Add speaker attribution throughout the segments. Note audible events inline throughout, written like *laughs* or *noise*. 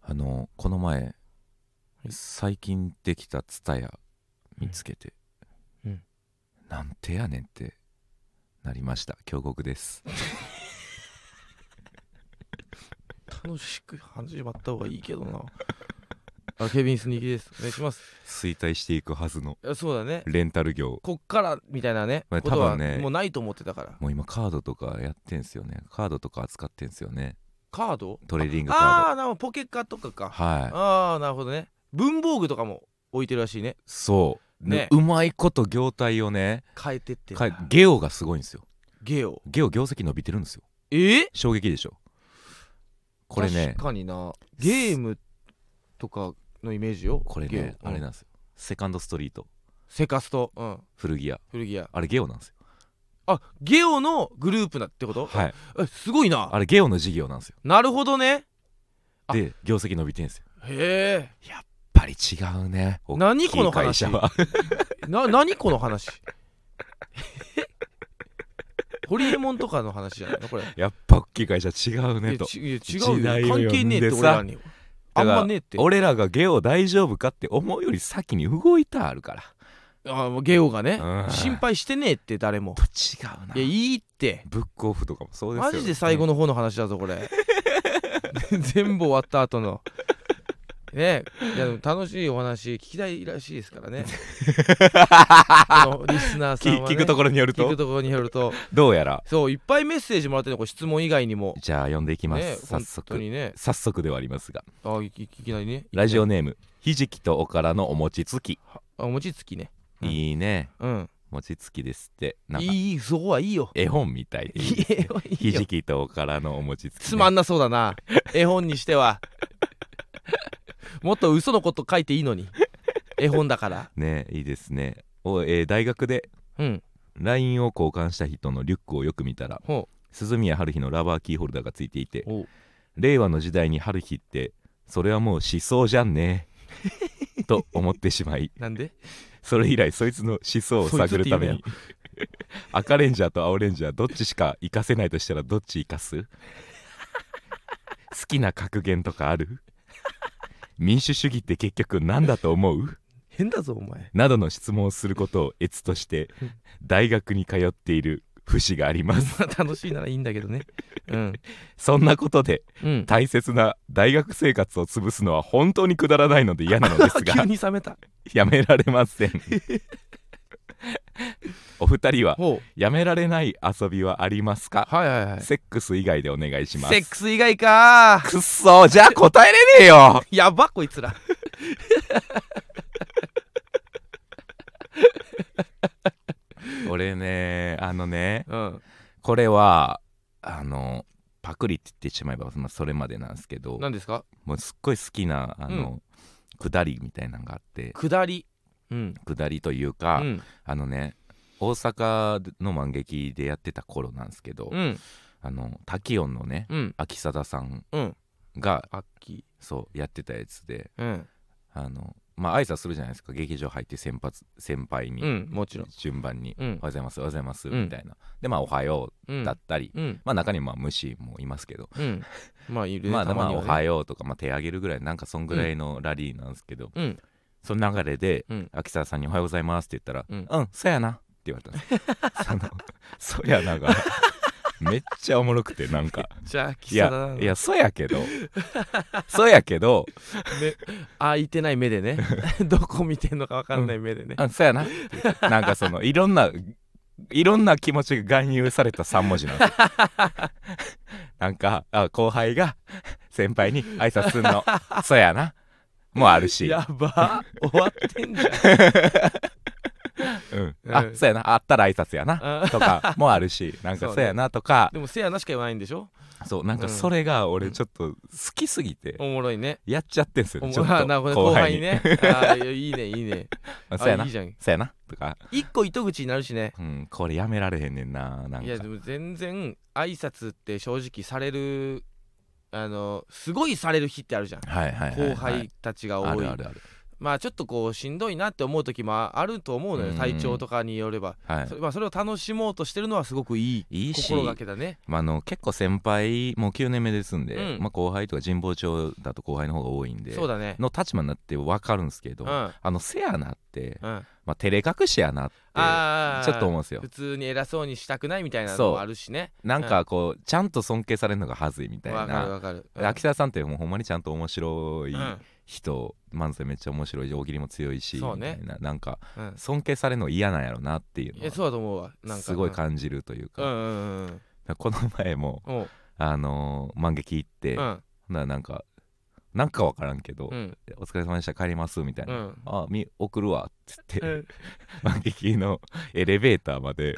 Speaker 1: あのこの前最近できたツタヤ見つけて、
Speaker 2: うんうん
Speaker 1: なんてやねんってなりました京極です
Speaker 2: 楽しく始まった方がいいけど
Speaker 1: *laughs*
Speaker 2: なあケビンスニーキーですお願いします
Speaker 1: 衰退していくはずの
Speaker 2: いやそうだね
Speaker 1: レンタル業
Speaker 2: こっからみたいなね
Speaker 1: まあ
Speaker 2: ことは
Speaker 1: 多分ね
Speaker 2: もうないと思ってたから
Speaker 1: もう今カードとかやってんすよねカードとか扱ってんすよね
Speaker 2: カード
Speaker 1: トレーディング
Speaker 2: あ
Speaker 1: カ
Speaker 2: あーなるほどポケカとか
Speaker 1: ード
Speaker 2: か
Speaker 1: はい
Speaker 2: ああなるほどね文房具とかも置いてるらしいね
Speaker 1: そう、
Speaker 2: ね
Speaker 1: ね、うまいこと業態をね
Speaker 2: 変えてってん
Speaker 1: か
Speaker 2: だ
Speaker 1: ゲオがすごいんですよ
Speaker 2: ゲオ
Speaker 1: ゲオ業績伸びてるんですよ
Speaker 2: えー、
Speaker 1: 衝撃でしょこれね
Speaker 2: 確かになゲームとかのイメージよ
Speaker 1: これ
Speaker 2: ゲ
Speaker 1: ね
Speaker 2: オ
Speaker 1: あれ
Speaker 2: う
Speaker 1: なん
Speaker 2: ん
Speaker 1: ですよセカンドストリート
Speaker 2: セカスト、うん、
Speaker 1: 古着屋
Speaker 2: 古着屋
Speaker 1: あれゲオなんですよ
Speaker 2: あゲオのグループだってこと、
Speaker 1: はい
Speaker 2: えすごいな
Speaker 1: あれゲオの事業なんですよ
Speaker 2: なるほどねあ
Speaker 1: で業績伸びてんすよ
Speaker 2: へ
Speaker 1: やっぱり違うね大きい
Speaker 2: 何この
Speaker 1: 会
Speaker 2: 話
Speaker 1: 社は *laughs*
Speaker 2: えな何この話 *laughs* ホリエモンとかの話じゃないのこれ
Speaker 1: やっぱ大きい会社違う
Speaker 2: い
Speaker 1: ねと
Speaker 2: やちいや違
Speaker 1: 時
Speaker 2: う
Speaker 1: 代
Speaker 2: よ
Speaker 1: を呼んで
Speaker 2: 関
Speaker 1: さ
Speaker 2: 係ねえって俺らにあんまねえって
Speaker 1: 俺らがゲオ大丈夫かって思うより先に動いたあるから
Speaker 2: あもうゲオがね
Speaker 1: うん
Speaker 2: 心配してねえって誰も
Speaker 1: と違うない
Speaker 2: やいいって
Speaker 1: ブックオフとかもそうですよ
Speaker 2: マジで最後
Speaker 1: の
Speaker 2: の方の話だぞ
Speaker 1: *laughs*
Speaker 2: これ全部終わった後のねいやでも楽しいお話聞きたいらしいですか
Speaker 1: *laughs*
Speaker 2: らねあのリスナーさんは、ね、
Speaker 1: 聞くところによる
Speaker 2: 聞
Speaker 1: と
Speaker 2: くところによると
Speaker 1: どうやら
Speaker 2: そういっぱいメッセージもらってるのこれ質問以外にも
Speaker 1: じゃあ読んでいきます、早
Speaker 2: ね本当
Speaker 1: 速
Speaker 2: にね
Speaker 1: 早速ではありますが
Speaker 2: あいいいきなりね
Speaker 1: ラジオネームひじきとおからのお餅つき、
Speaker 2: あ餅つきねうん
Speaker 1: いいね
Speaker 2: うん
Speaker 1: 餅つきですってなんか
Speaker 2: いいそこはいいよ
Speaker 1: 絵本みたいでいいですね
Speaker 2: いい
Speaker 1: ひ
Speaker 2: よ
Speaker 1: じきとおからのお餅つきね、
Speaker 2: つまんなそうだな絵本にしてはもっと嘘のこと書いていいのに絵本だから
Speaker 1: ねいいですねお、えー大学で
Speaker 2: うん
Speaker 1: LINE を交換した人のリュックをよく見たら
Speaker 2: ほ
Speaker 1: 鈴宮春日のラバーキーホルダーがついていて
Speaker 2: うおう
Speaker 1: 令和の時代に春日ってそれはもう思想じゃん
Speaker 2: *laughs*
Speaker 1: ねと思ってしまい
Speaker 2: なんで
Speaker 1: それ以来そいつの思想を探るため
Speaker 2: そいつ
Speaker 1: に *laughs* 赤レンジャーと青レンジャーどっちしか活かせないとしたらどっち活かす好きな格言とかある民主主義って結局何だと思う
Speaker 2: 変だぞお前 *laughs*
Speaker 1: などの質問をすることを越として大学に通っている節があります
Speaker 2: まあ楽しいならいいんだけどねうん
Speaker 1: そんなことで
Speaker 2: うん
Speaker 1: 大切な大学生活を潰すのは本当にくだらないので嫌なのです
Speaker 2: 急
Speaker 1: *laughs* が
Speaker 2: に冷めた
Speaker 1: やめられませんお二人は
Speaker 2: ほう
Speaker 1: やめられない遊びはありますか
Speaker 2: はいはいはい
Speaker 1: セックス以外でお願いし
Speaker 2: セ
Speaker 1: ます
Speaker 2: ックス以外か
Speaker 1: くっそじゃあ答えれねえよ
Speaker 2: やばこいつら
Speaker 1: 俺ねあのね
Speaker 2: うん
Speaker 1: これはあのパクリって言ってしまえば、まあ、それまでなんですけど
Speaker 2: 何ですか
Speaker 1: もうすっごい好きなあの、下りみたいなのがあって
Speaker 2: 下りうん
Speaker 1: 下りという
Speaker 2: う
Speaker 1: か、
Speaker 2: ん
Speaker 1: あのね大阪の満劇でやってた頃なんですけど、
Speaker 2: うん
Speaker 1: あのタキオンのね
Speaker 2: うん
Speaker 1: 秋貞さん
Speaker 2: うん
Speaker 1: が
Speaker 2: あっき
Speaker 1: そうやってたやつで
Speaker 2: うん
Speaker 1: あのまあ挨拶するじゃないですか劇場入って先発先輩に、
Speaker 2: うんもちろん
Speaker 1: 順番に、お
Speaker 2: うん
Speaker 1: はようございますおはようございます」
Speaker 2: うん
Speaker 1: みたいなでまあ「おはよ
Speaker 2: う
Speaker 1: う」
Speaker 2: ん
Speaker 1: だったり、
Speaker 2: うん
Speaker 1: まあ中にまあ無視もいますけど、
Speaker 2: うん *laughs* まあいるね
Speaker 1: まあ
Speaker 2: た
Speaker 1: ま
Speaker 2: ま
Speaker 1: あ
Speaker 2: に
Speaker 1: お
Speaker 2: はね
Speaker 1: はよう」とか、まあ、手上げるぐらいなんかそんぐらいのラリーなんですけど、
Speaker 2: うん
Speaker 1: その流れで、
Speaker 2: うん
Speaker 1: 秋沢さんに「おはようございます」って言ったら「
Speaker 2: う
Speaker 1: うんん、そやな」って言われたんです
Speaker 2: *laughs*
Speaker 1: その「そやな」が *laughs* めっちゃおもろくてなんか
Speaker 2: じゃあ貴
Speaker 1: い
Speaker 2: 様だ
Speaker 1: や
Speaker 2: ない
Speaker 1: やそやけどそやけど
Speaker 2: 開いてない目でね *laughs* どこ見てんのか分かんない目でね
Speaker 1: 「うんそやな」って言ってなんかそのいろんないろんな気持ちが含入された3文字なんです
Speaker 2: *laughs*
Speaker 1: よなんかあ後輩が先輩に挨拶すんの「そやな」もあるし
Speaker 2: やば終わっ
Speaker 1: *laughs*
Speaker 2: てんじゃ
Speaker 1: うん
Speaker 2: んうん
Speaker 1: あそうやなあったら挨拶や
Speaker 2: う
Speaker 1: なんとかもあるしなん
Speaker 2: そう
Speaker 1: か
Speaker 2: ね
Speaker 1: そうやなとか
Speaker 2: でもせやなしか言わないんでしょ
Speaker 1: そうなん
Speaker 2: う
Speaker 1: か
Speaker 2: ん
Speaker 1: それが俺ちょっと好きすぎて
Speaker 2: おもろいね
Speaker 1: やっちゃってんすよ
Speaker 2: お
Speaker 1: ね
Speaker 2: *laughs* も
Speaker 1: ちょっ
Speaker 2: あ
Speaker 1: と
Speaker 2: なるほどね
Speaker 1: 後
Speaker 2: 後
Speaker 1: 輩
Speaker 2: 輩
Speaker 1: に
Speaker 2: ね
Speaker 1: *laughs*
Speaker 2: あーいいねいいね
Speaker 1: あそう
Speaker 2: あ
Speaker 1: やない
Speaker 2: いじゃん
Speaker 1: そうやなとか
Speaker 2: 一個糸口になるしね
Speaker 1: うんこれやめられへんねんななん
Speaker 2: いやで
Speaker 1: か
Speaker 2: も全然挨拶って正直されるあのすごいされる日ってあるじゃん
Speaker 1: はいはいはいはい
Speaker 2: 後輩たちが多い
Speaker 1: あるあるある
Speaker 2: まあちょっとこうしんどいなって思う時もあると思うの
Speaker 1: う
Speaker 2: よ
Speaker 1: ん
Speaker 2: 体調とかによれば、
Speaker 1: はい
Speaker 2: それまあ、それを楽しもうとしてるのはすごくい
Speaker 1: い
Speaker 2: い
Speaker 1: いし
Speaker 2: 心がけだね
Speaker 1: まあ、あの結構先輩もう9年目ですんで、
Speaker 2: うん
Speaker 1: まあ、後輩とか神保町だと後輩の方が多いんで
Speaker 2: そうだね
Speaker 1: の立場になって分かるんですけど、
Speaker 2: うん
Speaker 1: あのせやなって、
Speaker 2: うんあ
Speaker 1: まあ、照れ隠しやなって
Speaker 2: あ
Speaker 1: ちょっと思うんですよ
Speaker 2: 普通に偉そうにしたくないみたいなのもあるしね
Speaker 1: なんかこうちゃんと尊敬されるのが恥ずいみたい
Speaker 2: わか
Speaker 1: な
Speaker 2: るわかる、うん
Speaker 1: 秋田さんってもうほんまにちゃんと面白い
Speaker 2: うん
Speaker 1: 人、漫才めっちゃ面白いし大喜利も強いしみ
Speaker 2: そ
Speaker 1: た
Speaker 2: う
Speaker 1: い
Speaker 2: ね
Speaker 1: ななんか
Speaker 2: うん
Speaker 1: 尊敬されるの嫌なんやろなっていう
Speaker 2: え
Speaker 1: の
Speaker 2: そうだと思うわなん
Speaker 1: は
Speaker 2: か
Speaker 1: すごい感じるという
Speaker 2: うんう
Speaker 1: か
Speaker 2: んうんうん
Speaker 1: この前も
Speaker 2: おう
Speaker 1: あのー万劇行って
Speaker 2: うん
Speaker 1: ほんならなんかなんか分からんけど
Speaker 2: う、ん
Speaker 1: お疲れ様でした帰りますみたいうな、
Speaker 2: ん
Speaker 1: あみ送るわっつって、
Speaker 2: うん
Speaker 1: 万劇の
Speaker 2: *laughs*
Speaker 1: エレベーターまで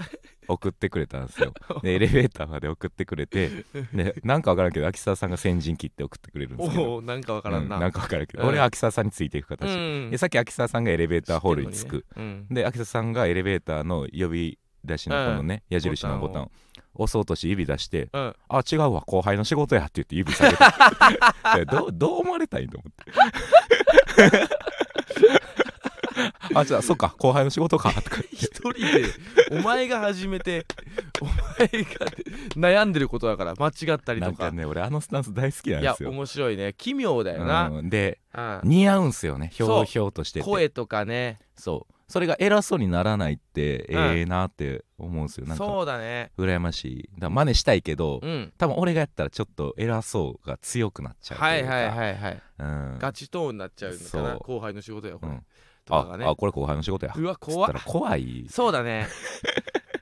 Speaker 1: 送ってくれたんですよ *laughs* でエレベーターまで送ってくれてでなんか分からんけど秋沢さんが先陣切って送ってくれるんですけど
Speaker 2: *laughs* おうなんかわからんな,、
Speaker 1: うんなんか分からんけど、
Speaker 2: うん
Speaker 1: 俺は秋沢さんについていく形、
Speaker 2: うん
Speaker 1: でさっき秋沢さんがエレベーターホールに着く、
Speaker 2: うん
Speaker 1: で秋田さんがエレベーターの呼び出しのこのね、矢印のボタンを押そうとして指出して
Speaker 2: うん
Speaker 1: 「あ違うわ後輩の仕事や」って言って指下げてで
Speaker 2: *laughs*
Speaker 1: どうどう思われたいと思って。あじゃあそうか後輩の仕事かとか言って
Speaker 2: 一人でお前が始めてお前が悩んでることだから間違 *laughs* ったり
Speaker 1: な
Speaker 2: と
Speaker 1: んか
Speaker 2: か
Speaker 1: ね俺あのスタンス大好きなん
Speaker 2: い
Speaker 1: で
Speaker 2: や
Speaker 1: すよ。
Speaker 2: 面白いね奇妙だよな、
Speaker 1: うんで
Speaker 2: うん
Speaker 1: 似合うんすよねひ
Speaker 2: そ
Speaker 1: ょ
Speaker 2: う
Speaker 1: うひょうとしてて
Speaker 2: 声とかね
Speaker 1: そうそれが偉そうにならないって、
Speaker 2: うん
Speaker 1: ええなって思うんですよなんか
Speaker 2: そうだね
Speaker 1: 羨ましいだから真似したいけど、
Speaker 2: うん
Speaker 1: 多分俺がやったらちょっと偉そうが強くなっちゃうと
Speaker 2: はいいう
Speaker 1: か
Speaker 2: はいはいはい
Speaker 1: うん
Speaker 2: ガチトーンになっちゃうのか
Speaker 1: そ
Speaker 2: な
Speaker 1: う
Speaker 2: 後輩の仕事やこれ、
Speaker 1: うん
Speaker 2: とかが
Speaker 1: あ
Speaker 2: ね
Speaker 1: あこれ後輩の仕事や
Speaker 2: うわ
Speaker 1: つっ
Speaker 2: 怖った
Speaker 1: ら怖い
Speaker 2: そうだ
Speaker 1: *laughs*
Speaker 2: ね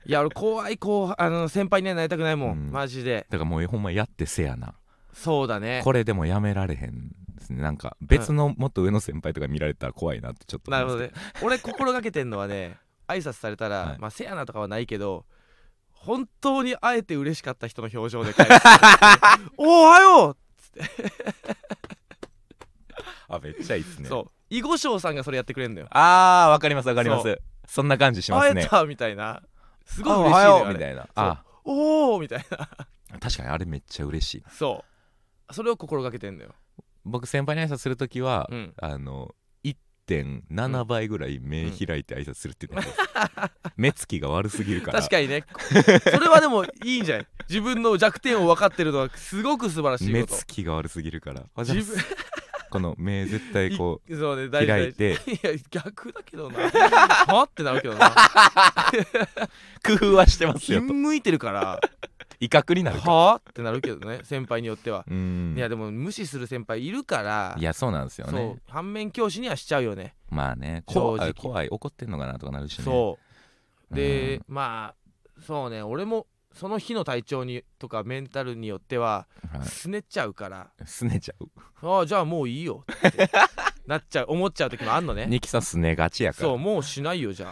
Speaker 2: いや俺怖い後輩あの先輩にはなりたくないもん、
Speaker 1: うん
Speaker 2: マジで
Speaker 1: だからもうほんまやってせやな
Speaker 2: そうだね
Speaker 1: これでもやめられへんですねなんか別のもっと上の先輩とか見られたら怖いなってちょっと
Speaker 2: なるほ
Speaker 1: 思
Speaker 2: ど
Speaker 1: うんで
Speaker 2: ね俺心がけてんの
Speaker 1: *laughs*
Speaker 2: はね挨拶されたら、
Speaker 1: はい
Speaker 2: まあせやなとかはないけど本当に会えて嬉しかった人の表
Speaker 1: *laughs*
Speaker 2: 情で返すおはよう、
Speaker 1: すけどあめっちゃいいっすね
Speaker 2: そう囲碁将さんがそれやってくれるのよ
Speaker 1: あーわかりますわかりますそんな感じします
Speaker 2: 会え
Speaker 1: ね
Speaker 2: たみたいなすごい
Speaker 1: あお
Speaker 2: 嬉しい
Speaker 1: は
Speaker 2: のよ
Speaker 1: よう
Speaker 2: あ
Speaker 1: み
Speaker 2: れ
Speaker 1: たいなあ
Speaker 2: おおみた
Speaker 1: *laughs*
Speaker 2: いな
Speaker 1: 確かにあれめっちゃ嬉しいな
Speaker 2: そうそれを心がけてんのよ
Speaker 1: 僕先輩に挨拶するときは、
Speaker 2: うん
Speaker 1: あの1.7倍ぐらい目開いて挨拶するっていうのがいいです、
Speaker 2: *laughs*
Speaker 1: 目つきが悪すぎるから
Speaker 2: 確か
Speaker 1: *laughs*
Speaker 2: にねそれはでもいいんじゃない自分の弱点を分かってるのはすごく素晴らしい
Speaker 1: 目
Speaker 2: こと
Speaker 1: つきが悪すぎるからあじゃあ
Speaker 2: 自分
Speaker 1: この目絶対こ *laughs* う
Speaker 2: そうね大事
Speaker 1: 開いて
Speaker 2: 大事いや逆だけどな *laughs* はってなるけどな *laughs*
Speaker 1: 工夫はしてます
Speaker 2: ひ
Speaker 1: よ
Speaker 2: ん
Speaker 1: と
Speaker 2: むいてるから
Speaker 1: 威嚇になるから
Speaker 2: はってなる
Speaker 1: *laughs*
Speaker 2: けどね先輩によっては、
Speaker 1: うん
Speaker 2: いやでも無視する先輩いるから
Speaker 1: いやそうなんですよ
Speaker 2: そ
Speaker 1: ね
Speaker 2: う反面教師にはしちゃうよね
Speaker 1: まあね
Speaker 2: 正直
Speaker 1: 怖い怖い怒ってんのかなとかなるしね
Speaker 2: そうで、
Speaker 1: うん
Speaker 2: まあそうね俺もその日の体調にとかメンタルによっては
Speaker 1: はい
Speaker 2: すねっちゃうから、
Speaker 1: すねちゃう
Speaker 2: ああじゃあもういいよって
Speaker 1: *laughs*
Speaker 2: なっちゃう思っちゃう時もあんのね
Speaker 1: ニキさんすねがちやから
Speaker 2: そうもうしないよじゃ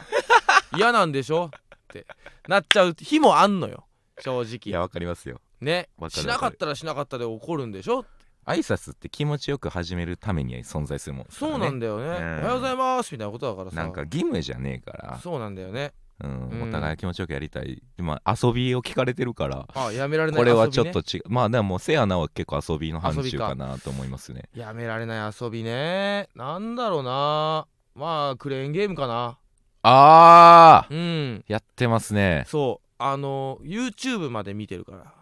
Speaker 2: あ嫌なんでしょってなっちゃう日もあんのよ正
Speaker 1: いや
Speaker 2: 直
Speaker 1: わかりますよ
Speaker 2: ね
Speaker 1: わか
Speaker 2: し
Speaker 1: る
Speaker 2: な
Speaker 1: わ
Speaker 2: か
Speaker 1: か
Speaker 2: っ
Speaker 1: る
Speaker 2: たらしなかったで怒るんでしょ
Speaker 1: 挨拶って気持ちよく始めるために存在するもんですか
Speaker 2: そ
Speaker 1: ら
Speaker 2: う
Speaker 1: ね
Speaker 2: なんだよね、おはようございますみたいなことだからさ
Speaker 1: なんか義務じゃねえから
Speaker 2: そうなんだよね
Speaker 1: うん
Speaker 2: うん
Speaker 1: お互い気持ちよくやりたいまあ遊びを聞かれてるから
Speaker 2: あやめられない
Speaker 1: こ
Speaker 2: 遊
Speaker 1: れ
Speaker 2: び、ね、
Speaker 1: はちょっと違うまあでもせやなは結構遊びの範疇かなと思いますね
Speaker 2: やめられない遊びねなんだろうなまあクレーンゲームかな
Speaker 1: あー
Speaker 2: うん
Speaker 1: やってますね
Speaker 2: そうあの YouTube まで見てるか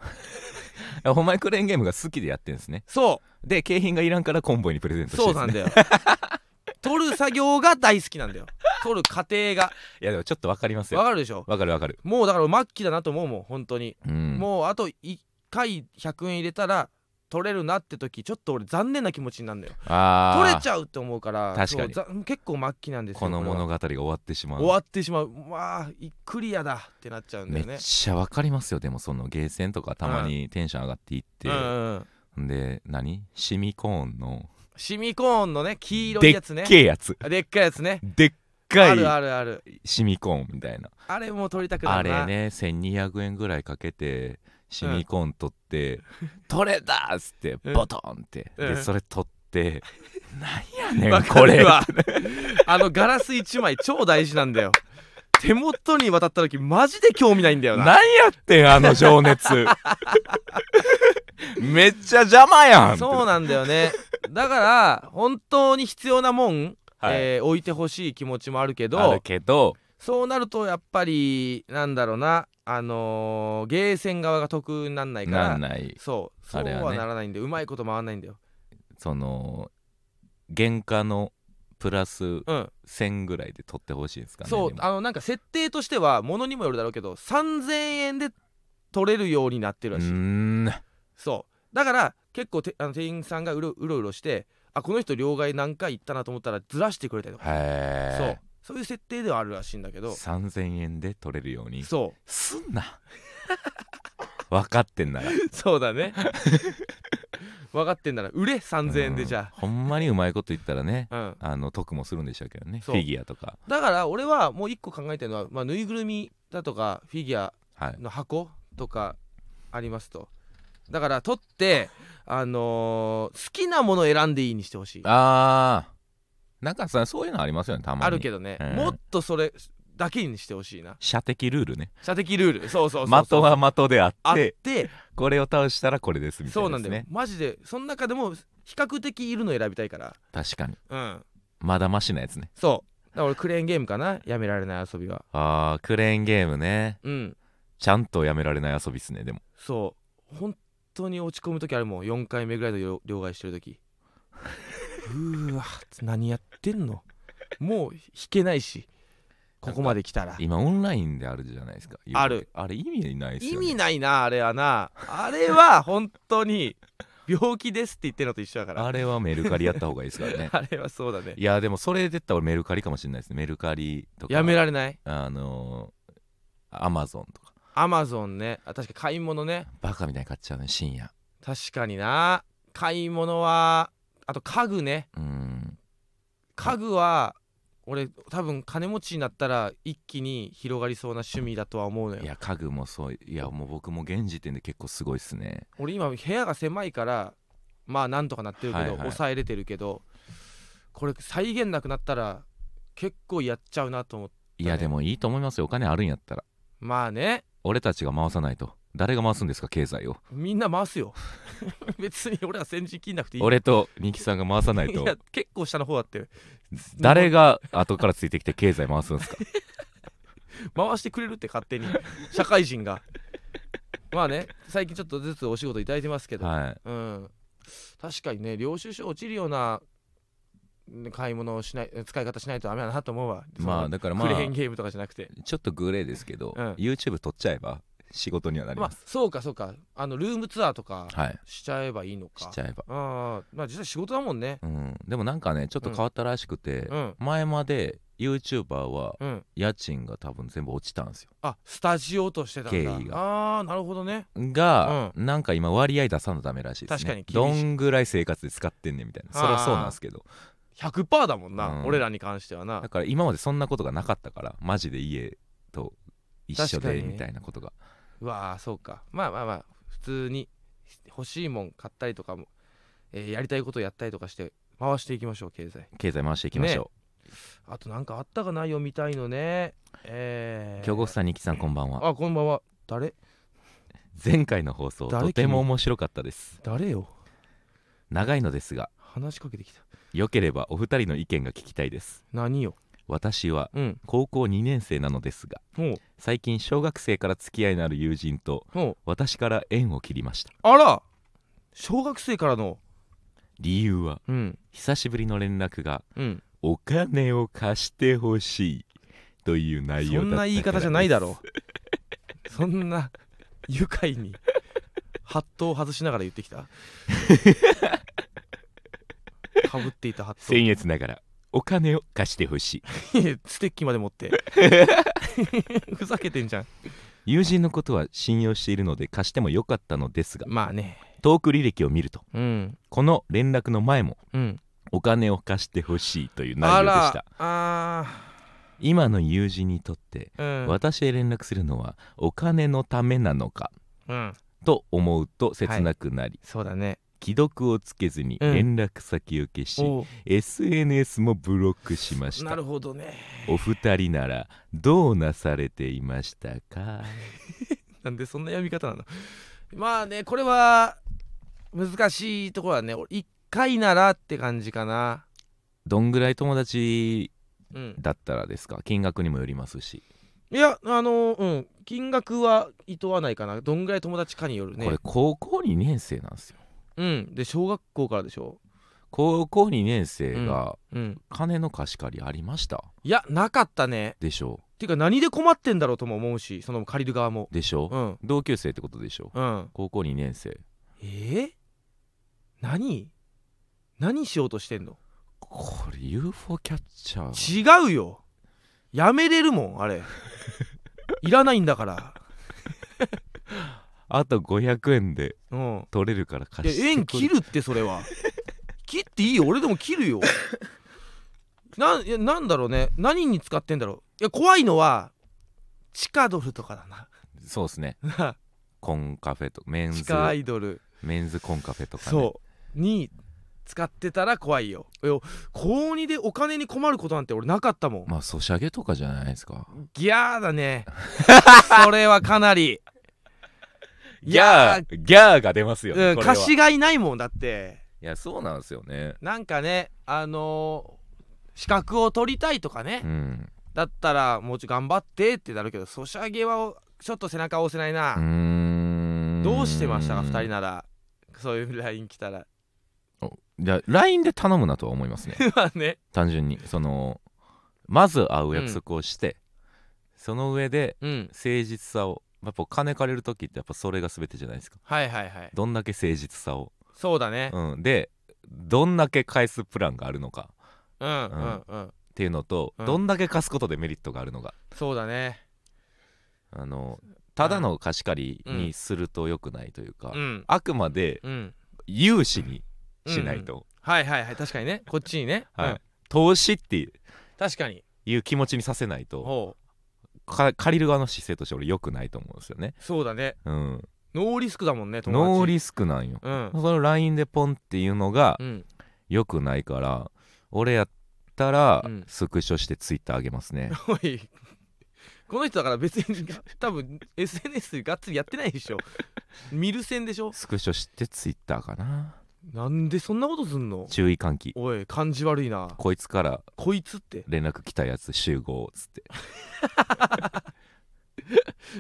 Speaker 2: ら
Speaker 1: お前クレーンゲームが好きでやってんですね
Speaker 2: そ
Speaker 1: で景品がいらんからコンボイにプレゼン
Speaker 2: う
Speaker 1: トしてる
Speaker 2: そうなんん
Speaker 1: ですね
Speaker 2: だよ
Speaker 1: *laughs*
Speaker 2: 撮る作業が大好きなんだよ撮る過程が
Speaker 1: いやでもちょっとわかります
Speaker 2: わ
Speaker 1: よ
Speaker 2: かるでしょ
Speaker 1: わかるわかる
Speaker 2: もうだから末期だなと思うもん本当に、
Speaker 1: うん
Speaker 2: もうあと1回100円入れたら取れるなって時ちょっと俺残念な気持ちになるのよ
Speaker 1: あ
Speaker 2: 取
Speaker 1: ー
Speaker 2: れちゃうって思うから
Speaker 1: 確かに
Speaker 2: そうざ結構末期なんですよ
Speaker 1: この
Speaker 2: れは
Speaker 1: 物語が終わってしまう
Speaker 2: 終わってしまうわあいクリアだってなっちゃうんだ
Speaker 1: め
Speaker 2: よ
Speaker 1: っ
Speaker 2: ね
Speaker 1: ちゃわかりますよでもそのゲーセンとかたまにテンション上がっていって
Speaker 2: うんうんうん
Speaker 1: で何シミコーンの
Speaker 2: シミコーンのね黄色
Speaker 1: で
Speaker 2: い
Speaker 1: っ
Speaker 2: やつね
Speaker 1: けえやつ
Speaker 2: あでっかいやつね
Speaker 1: でっ
Speaker 2: あ
Speaker 1: か
Speaker 2: る
Speaker 1: い
Speaker 2: あるある
Speaker 1: シミコーンみたいな
Speaker 2: あれも取りたくな
Speaker 1: あ
Speaker 2: る
Speaker 1: れ
Speaker 2: な
Speaker 1: ね1200円ぐらいかけてシミコーン取って、取れたっつって
Speaker 2: うん
Speaker 1: ボトンって、
Speaker 2: うん
Speaker 1: でそれ取
Speaker 2: *laughs*
Speaker 1: って、なんやね
Speaker 2: わ
Speaker 1: ん
Speaker 2: か
Speaker 1: これ
Speaker 2: るわ *laughs* あのガラス1枚超大事なんだよ手元に渡った時マジで興味ないんだよ
Speaker 1: なん
Speaker 2: な
Speaker 1: やってんあの情
Speaker 2: *laughs*
Speaker 1: 熱めっちゃ邪魔やん
Speaker 2: そうなんだよねだから本当に必要なもん
Speaker 1: はい
Speaker 2: えー置いてほしい気持ちもあるけ
Speaker 1: あ
Speaker 2: ど
Speaker 1: るけど
Speaker 2: そうなるとやっぱりなんだろうなあのーゲーセン側が得になんないか
Speaker 1: な
Speaker 2: ら
Speaker 1: んない
Speaker 2: そうそう
Speaker 1: あれはね
Speaker 2: はならないんで、うまいこと回らないんだよ
Speaker 1: その原価のプラス
Speaker 2: うん
Speaker 1: 1000ぐらいで取ってほしいですかね
Speaker 2: そう
Speaker 1: でも
Speaker 2: あのなんか設定としてはものにもよるだろうけど3000円で取れるようになって
Speaker 1: う
Speaker 2: るらしい、
Speaker 1: ーん
Speaker 2: そうだから結構てあの店員さんがうろうろうろしてあこの人両替何回行ったなと思ったらずらしてくれたりとか、そ
Speaker 1: へ
Speaker 2: うそういう設定ではあるらしいんだけ
Speaker 1: え
Speaker 2: ど
Speaker 1: 3000円で取れるように
Speaker 2: そう
Speaker 1: *laughs* すんな分かってんなら
Speaker 2: そうだね *laughs* 分かってんなら売れ3000円でじゃ
Speaker 1: うんほんまにうまいこと言ったらね
Speaker 2: あ、うん、
Speaker 1: あの得もするんでしょうけどねフ
Speaker 2: そう
Speaker 1: ィギュアとか
Speaker 2: だから俺はもう一個考えてるのは、まあ、ぬいぐるみだとかフィギュア
Speaker 1: はい
Speaker 2: の箱とかありますとだから取ってあのー好きなものを選んでいいにしてほしいあ
Speaker 1: あーなんかさそういうのありますよねたまに
Speaker 2: るけ
Speaker 1: ど
Speaker 2: どね、
Speaker 1: うん
Speaker 2: もっとそれだけにしてほしいな
Speaker 1: 射的ルールね
Speaker 2: 射的ルールそうそうそうそう
Speaker 1: 的は的であ
Speaker 2: あ
Speaker 1: っ
Speaker 2: ってて
Speaker 1: これを倒したらこれですみた
Speaker 2: そう
Speaker 1: い
Speaker 2: な
Speaker 1: なんで
Speaker 2: だ
Speaker 1: す
Speaker 2: よ、
Speaker 1: ね
Speaker 2: マジでその中でも比較的いるの選びたいから
Speaker 1: 確かに
Speaker 2: うん
Speaker 1: まだマシなやつね
Speaker 2: そうだから俺クレーンゲームかなやめられない遊びは
Speaker 1: あークレーンゲームね
Speaker 2: うん
Speaker 1: ちゃんとやめられない遊びっすねでも
Speaker 2: そう本当に落ち込む時あるもん4回目ぐらいの両両替してる時うーわ何やってんのもう弾けないしここまで来たら
Speaker 1: 今オンラインであるじゃないですか
Speaker 2: ある
Speaker 1: あれ意味ないです
Speaker 2: 意
Speaker 1: よ、ね、
Speaker 2: 味ないなあれはなあれは本当に病気ですって言ってるのと一緒だから
Speaker 1: あれはメルカリやった方がいいですからね
Speaker 2: あれはそうだね
Speaker 1: いやでもそれで言ったら俺メルカリかもしれないですねメルカリとか
Speaker 2: やめられない
Speaker 1: あのー、アマゾンとか
Speaker 2: アマゾンねあ確かに買い物ね
Speaker 1: バカみたいに買っちゃうね深夜
Speaker 2: 確かにな買い物はあと家具ね
Speaker 1: うん
Speaker 2: 家具は俺多分金持ちになったら一気に広がりそうな趣味だとは思うの
Speaker 1: い
Speaker 2: よ
Speaker 1: や家具もそういやもう僕も現時点で結構すごいっすね
Speaker 2: 俺今部屋が狭いからまあなんとかなってるけど、
Speaker 1: はいはい
Speaker 2: 抑えれてるけどこれ再現なくなったら結構やっちゃうなと思って
Speaker 1: いやでもいいと思いますよお金あるんやったら
Speaker 2: まあね
Speaker 1: 俺たちが回さないと誰が回すんですか経済を
Speaker 2: みんな回すよ *laughs* 別に俺は先陣切んなくていい
Speaker 1: 俺と二木さんが回さない
Speaker 2: い
Speaker 1: と
Speaker 2: や結構下の方だって
Speaker 1: 誰が後からついてきて経済回すん
Speaker 2: *laughs*
Speaker 1: ですか
Speaker 2: 回してくれるって勝手に社会人がまあね最近ちょっとずつお仕事いただいてますけど、
Speaker 1: はい
Speaker 2: うん、確かにね領収書落ちるようなね買い物をしない使い方しないとダメだなと思うわ
Speaker 1: まあ
Speaker 2: その
Speaker 1: だからま
Speaker 2: クレー
Speaker 1: あ
Speaker 2: ンゲームとかじゃなくて
Speaker 1: ちょっとグレーですけど、
Speaker 2: うん
Speaker 1: YouTube 撮っちゃえば仕事にはなりま
Speaker 2: まあ
Speaker 1: す、
Speaker 2: そうかそうかあのルームツアーとか
Speaker 1: はい
Speaker 2: しちゃえばいいのか
Speaker 1: しちゃえば
Speaker 2: あまあ実際仕事だもんね
Speaker 1: うんでもなんかねちょっと変わったらしくて、
Speaker 2: うん
Speaker 1: 前まで YouTuber は
Speaker 2: うん
Speaker 1: 家賃が多分全部落ちたんですよ
Speaker 2: あスタジオとしてたんだ
Speaker 1: 経緯
Speaker 2: あーなるほどね
Speaker 1: が、なんか今割合出さなダメらしいですね
Speaker 2: 確かに
Speaker 1: ど
Speaker 2: 厳しい
Speaker 1: んぐらい生活で使ってんねんみたいなそれはそうなんですけど
Speaker 2: 100%だもんな、
Speaker 1: うん
Speaker 2: 俺らに関してはな
Speaker 1: だから今までそんなことがなかったからマジで家と一緒
Speaker 2: 確か
Speaker 1: で
Speaker 2: にね
Speaker 1: みたいなことが、
Speaker 2: うわあそうかまあまあまあ普通に欲しいもん買ったりとかも、えーやりたいことやったりとかして回していきましょう経済
Speaker 1: 経済回していきましょ
Speaker 2: あとなんかあったかないよみたいのね
Speaker 1: う
Speaker 2: えー、
Speaker 1: 京極さん二木さんこんばんは
Speaker 2: あこんばんは誰
Speaker 1: 前回の放送
Speaker 2: 誰
Speaker 1: とても面白かったです
Speaker 2: 誰よ
Speaker 1: 長いのですが
Speaker 2: 話しかけてきた
Speaker 1: 良ければお二人の意見が聞きたいです
Speaker 2: 何よ
Speaker 1: 私は
Speaker 2: うん
Speaker 1: 高校2年生なのですが
Speaker 2: も
Speaker 1: 最近小学生から付き合いのある友人と
Speaker 2: うもう
Speaker 1: 私から縁を切りました
Speaker 2: あら小学生からの
Speaker 1: 理由は
Speaker 2: うん
Speaker 1: 久しぶりの連絡が
Speaker 2: うん
Speaker 1: お金を貸してほしいという内容
Speaker 2: そ
Speaker 1: だった
Speaker 2: んな言い方じゃないだ
Speaker 1: う
Speaker 2: ろうそんな愉快にハットを外しながら言ってきたかぶっていたハット
Speaker 1: 僭越ながらお金を貸してほしい
Speaker 2: いやステッキまで持ってふざけてんじゃん
Speaker 1: 友人のことは信用しているので貸してもよかったのですが
Speaker 2: まあね
Speaker 1: トーク履歴を見ると
Speaker 2: うん
Speaker 1: この連絡の前も
Speaker 2: うん
Speaker 1: お金を貸してほしいという
Speaker 2: あ
Speaker 1: 内容でし
Speaker 2: ら
Speaker 1: た
Speaker 2: あ
Speaker 1: 今の友人にとって、
Speaker 2: ーうん
Speaker 1: 私へ連絡するのはお金のためなのか
Speaker 2: うん
Speaker 1: と思うと切なくなり、
Speaker 2: そうだね
Speaker 1: 既読をつけずに
Speaker 2: うん
Speaker 1: 連絡先を消し、
Speaker 2: お
Speaker 1: SNS もブロックしました
Speaker 2: なるほどね
Speaker 1: お二人ならどうなされていましたか
Speaker 2: なんでそんな読み方なのまあねこれは難しいところはね俺一回ならって感じかな
Speaker 1: どんぐらい友達
Speaker 2: うん、
Speaker 1: だったらですか金額にもよりますし、
Speaker 2: いやあのうん金額はいとわないかなどんぐらい友達かによるね
Speaker 1: これ高校2年生なんですよ
Speaker 2: うんで小学校からでしょ
Speaker 1: 高校2年生が
Speaker 2: うん
Speaker 1: 金の貸し借りありました
Speaker 2: いやなかったね
Speaker 1: でしょ
Speaker 2: ていうか何で困ってんだろうとも思うしその借りる側も
Speaker 1: うでしょう、
Speaker 2: うん
Speaker 1: 同級生ってことでしょう
Speaker 2: うん
Speaker 1: 高校2年生
Speaker 2: えー、何何しようとしてんの
Speaker 1: これ UFO キャッチャー
Speaker 2: 違うよやめれるもん
Speaker 1: *laughs*
Speaker 2: あれいらないんだから
Speaker 1: あと500円で
Speaker 2: うん
Speaker 1: 取れるから貸して
Speaker 2: え縁切
Speaker 1: る
Speaker 2: るってそれは切っていいよ俺でも切るよなんいやなんだろうね何に使ってんだろういや怖いのは地下ドルとかだな
Speaker 1: そうですね *laughs*
Speaker 2: な
Speaker 1: コンカフェとメン
Speaker 2: 地
Speaker 1: ズ
Speaker 2: 下アイドル
Speaker 1: メンズコンカフェとか、ね、
Speaker 2: そうに使ってたら怖いよいや高2でお金に困ることなんて俺なかったもん
Speaker 1: まあソシャゲとかじゃないですか
Speaker 2: ギャー
Speaker 1: *laughs*
Speaker 2: だねそれはかなり
Speaker 1: ギ
Speaker 2: い
Speaker 1: ャ
Speaker 2: や
Speaker 1: ーギャーが出ますよね、
Speaker 2: うん
Speaker 1: これは
Speaker 2: 貸しがいないもんだって
Speaker 1: いやそうなんですよね
Speaker 2: なんかねあのー資格を取りたいとかね、
Speaker 1: うん
Speaker 2: だったらもうちょい頑張ってってなるけどソシャゲはちょっと背中押せないう
Speaker 1: ー
Speaker 2: な、
Speaker 1: ん
Speaker 2: どうしてましたか2人ならそういう LINE 来たら
Speaker 1: じゃあ LINE で頼むなとは思います
Speaker 2: *laughs*
Speaker 1: ね
Speaker 2: まあね
Speaker 1: 単純にそのまず会う約束をして、その上で
Speaker 2: うん
Speaker 1: 誠実さをやっぱお金借りる時ってやっぱそれが全てじゃないですか
Speaker 2: はいはいはい
Speaker 1: どんだけ誠実さを、
Speaker 2: そうだね
Speaker 1: うん、でどんだけ返すプランがあるのかっ
Speaker 2: うんうんうん、
Speaker 1: ていうのと、
Speaker 2: うん
Speaker 1: どんだけ貸すことでメリットがあるのか
Speaker 2: そうだね
Speaker 1: あのただの貸し借りにすると良くないというか、
Speaker 2: うん
Speaker 1: あくまで
Speaker 2: うん
Speaker 1: 融資にしないと、
Speaker 2: はいはいはい確かにねこっちにね、
Speaker 1: はい
Speaker 2: うん
Speaker 1: 投資って
Speaker 2: 確かに
Speaker 1: いう気持ちにさせないと
Speaker 2: ほう
Speaker 1: か借りる側の姿勢として俺良くないと思うんですよね、
Speaker 2: そうだね
Speaker 1: うん、
Speaker 2: ノーリスクだもんね友達
Speaker 1: ノーリスクなんよ、
Speaker 2: うん
Speaker 1: その LINE でポンっていうのが
Speaker 2: うん *laughs*
Speaker 1: 良くないから俺やったら
Speaker 2: うん
Speaker 1: スクショして Twitter あげます
Speaker 2: *laughs*
Speaker 1: ね、
Speaker 2: おいこの人だから別に多分 SNS がっつりやってないでしょ見る線でしょ
Speaker 1: スクショしてツイッターかな
Speaker 2: なんでそんなことすんの
Speaker 1: 注意喚起
Speaker 2: おい感じ悪いな
Speaker 1: こいつから
Speaker 2: こいつって
Speaker 1: 連絡来たやつ集合っつって、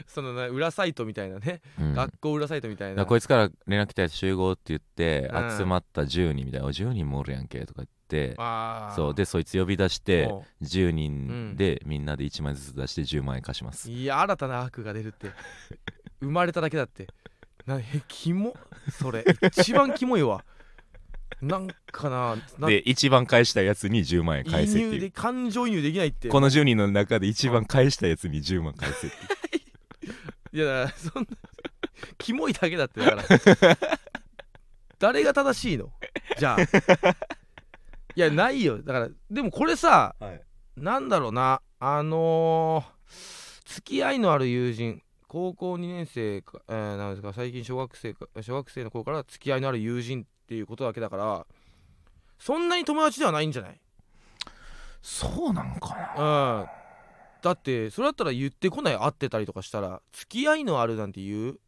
Speaker 2: そのね裏サイトみたいなね、
Speaker 1: うんだか
Speaker 2: 学校裏サイトみたいな
Speaker 1: らこいつから連絡来たやつ集合って言って、
Speaker 2: うん
Speaker 1: 集まった10人みたいなお10人もおるやんけとか言って
Speaker 2: あー
Speaker 1: そうでそいつ呼び出して
Speaker 2: おう
Speaker 1: 10
Speaker 2: う
Speaker 1: 人
Speaker 2: ん
Speaker 1: でみんなで1万円ずつ出して10万円貸します、
Speaker 2: いや新たな悪が出るって生まれただけだってなへキモそれ一番キモいわなんかなな
Speaker 1: で一番返したやつに10万円返
Speaker 2: 移
Speaker 1: せって
Speaker 2: 入
Speaker 1: い
Speaker 2: で
Speaker 1: う
Speaker 2: 感情移入できないって
Speaker 1: この10人の中で一番返したやつに10万返せっていう
Speaker 2: いやだから *laughs* そんなキモいだけだってだから誰が正しいのじゃあいやないよだからでもこれさ
Speaker 1: はい
Speaker 2: なんだろうなあのー付き合いのある友人高校2年生か、えーなんですか最近小学生か小学生の頃から付き合いのある友人っていうことだけだからそんなに友達ではないんじゃない
Speaker 1: そうなんかな
Speaker 2: うんだってそれだったら言ってこない会ってたりとかしたら付き合いのあるなんて言う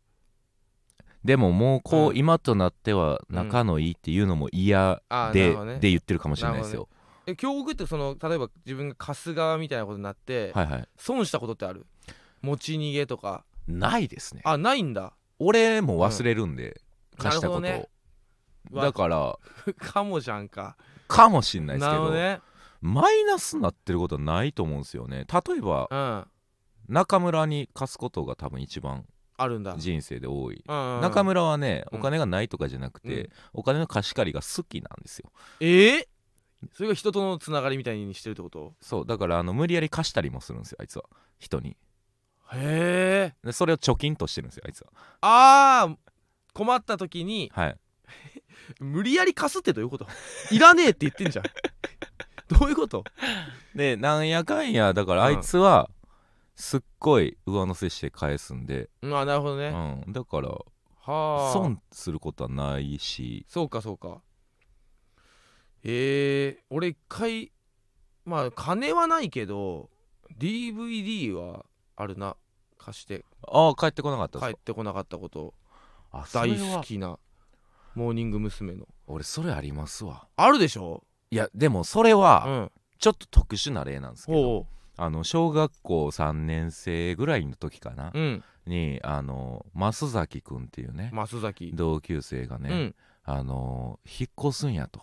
Speaker 1: でももうこう、
Speaker 2: うん
Speaker 1: 今となっては仲のいいっていうのも嫌
Speaker 2: あーな
Speaker 1: で、
Speaker 2: るほどね
Speaker 1: で言ってるかもしれないですよ、
Speaker 2: え京極ってその例えば自分が貸す側みたいなことになって、
Speaker 1: はいはい
Speaker 2: 損したことってある持ち逃げとか
Speaker 1: ないですね
Speaker 2: あないんだ
Speaker 1: 俺も忘れるんで、貸したことを、
Speaker 2: なるほどね *laughs*
Speaker 1: だから
Speaker 2: わかもじゃんか
Speaker 1: かもしんないです
Speaker 2: な
Speaker 1: け
Speaker 2: るほ
Speaker 1: ど
Speaker 2: どね
Speaker 1: マイナスになってることはないと思うんですよね例えば
Speaker 2: うんあ
Speaker 1: 中村に貸すことが多分一番
Speaker 2: るんだ、
Speaker 1: 人生で多い
Speaker 2: うんうん、
Speaker 1: 中村はね
Speaker 2: う
Speaker 1: お
Speaker 2: ん
Speaker 1: 金がないとかじゃなくて、
Speaker 2: うん
Speaker 1: お金の貸し借りが好きなんですよ
Speaker 2: えー、それが人とのつながりみたいにしてるってこと
Speaker 1: そうだからあの無理やり貸したりもするんですよあいつは人に
Speaker 2: へえ
Speaker 1: でそれを貯金としてるんですよあいつは
Speaker 2: あー困った時に
Speaker 1: はい
Speaker 2: 無理やり貸すってどういうこといらねえって言ってん
Speaker 1: *laughs*
Speaker 2: じゃんどういうこと
Speaker 1: でなんやかんやだからあいつはすっごい上乗せして返すんで、
Speaker 2: まあなるほどね、
Speaker 1: う
Speaker 2: は
Speaker 1: ん、だから
Speaker 2: あ
Speaker 1: 損することはないし
Speaker 2: そうかそうかえー、俺一回まあ金はないけど DVD はあるな貸して
Speaker 1: ああ帰ってこなかった
Speaker 2: 帰
Speaker 1: で
Speaker 2: っ
Speaker 1: す
Speaker 2: てこなかったこと
Speaker 1: か、あそ
Speaker 2: 大
Speaker 1: れ
Speaker 2: 好
Speaker 1: は
Speaker 2: きなモーニング娘。の
Speaker 1: 俺それありますわ
Speaker 2: あるでしょ
Speaker 1: いやでもそれは
Speaker 2: ん
Speaker 1: ちょっと特殊な例なんですけど、
Speaker 2: ほ
Speaker 1: あの小学校3年生ぐらいの時かな
Speaker 2: う、うん
Speaker 1: にあの増崎君っていうね、
Speaker 2: 増崎
Speaker 1: 同級生がね、
Speaker 2: うん
Speaker 1: あの引っ越すんやと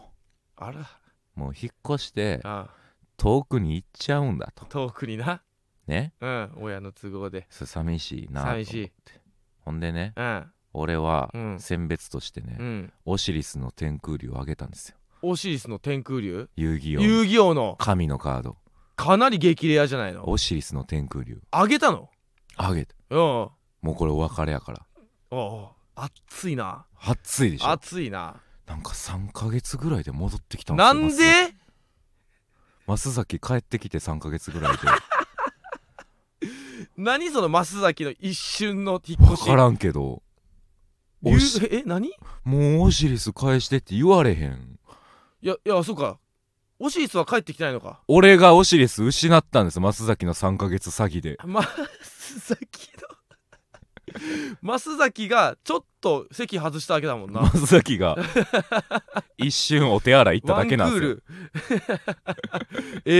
Speaker 2: あら
Speaker 1: もう引っ越して
Speaker 2: あ
Speaker 1: 遠くに行っちゃうんだと
Speaker 2: 遠くにな
Speaker 1: ね
Speaker 2: うん親の都合で
Speaker 1: それ寂しいなと
Speaker 2: 寂しい
Speaker 1: ほんでね
Speaker 2: うん
Speaker 1: 俺は
Speaker 2: うん
Speaker 1: 選別としてね、
Speaker 2: うん
Speaker 1: オシリスの天空竜をあげたんですよ
Speaker 2: オシリスの天空竜
Speaker 1: 遊戯王
Speaker 2: 遊
Speaker 1: の
Speaker 2: 戯王の
Speaker 1: 神のカード
Speaker 2: かなり激レアじゃないの
Speaker 1: オシリスの天空竜
Speaker 2: あげたの
Speaker 1: あげて
Speaker 2: うんお
Speaker 1: もうこれお別れやから
Speaker 2: うおう熱いな
Speaker 1: 暑いでしょ
Speaker 2: 熱いな
Speaker 1: なんか3ヶ月ぐらいで戻ってきたんです
Speaker 2: な
Speaker 1: よ
Speaker 2: んで
Speaker 1: 増崎帰ってきて3ヶ月ぐらいで
Speaker 2: *laughs* 何その増崎の一瞬の引っ
Speaker 1: 分
Speaker 2: 越し
Speaker 1: からんけど
Speaker 2: ゆ
Speaker 1: おし
Speaker 2: え何い
Speaker 1: もうオシリス返してって言われへん
Speaker 2: やいやそうかオシリスは帰ってきてないのか
Speaker 1: 俺がオシリス失ったんです増崎の3ヶ月詐欺で
Speaker 2: 増崎の *laughs* 増崎がちょっと席外したわけだもんな
Speaker 1: 増崎
Speaker 2: *laughs*
Speaker 1: が一瞬お手洗い行っただけなんですよ
Speaker 2: ワンクール *laughs* え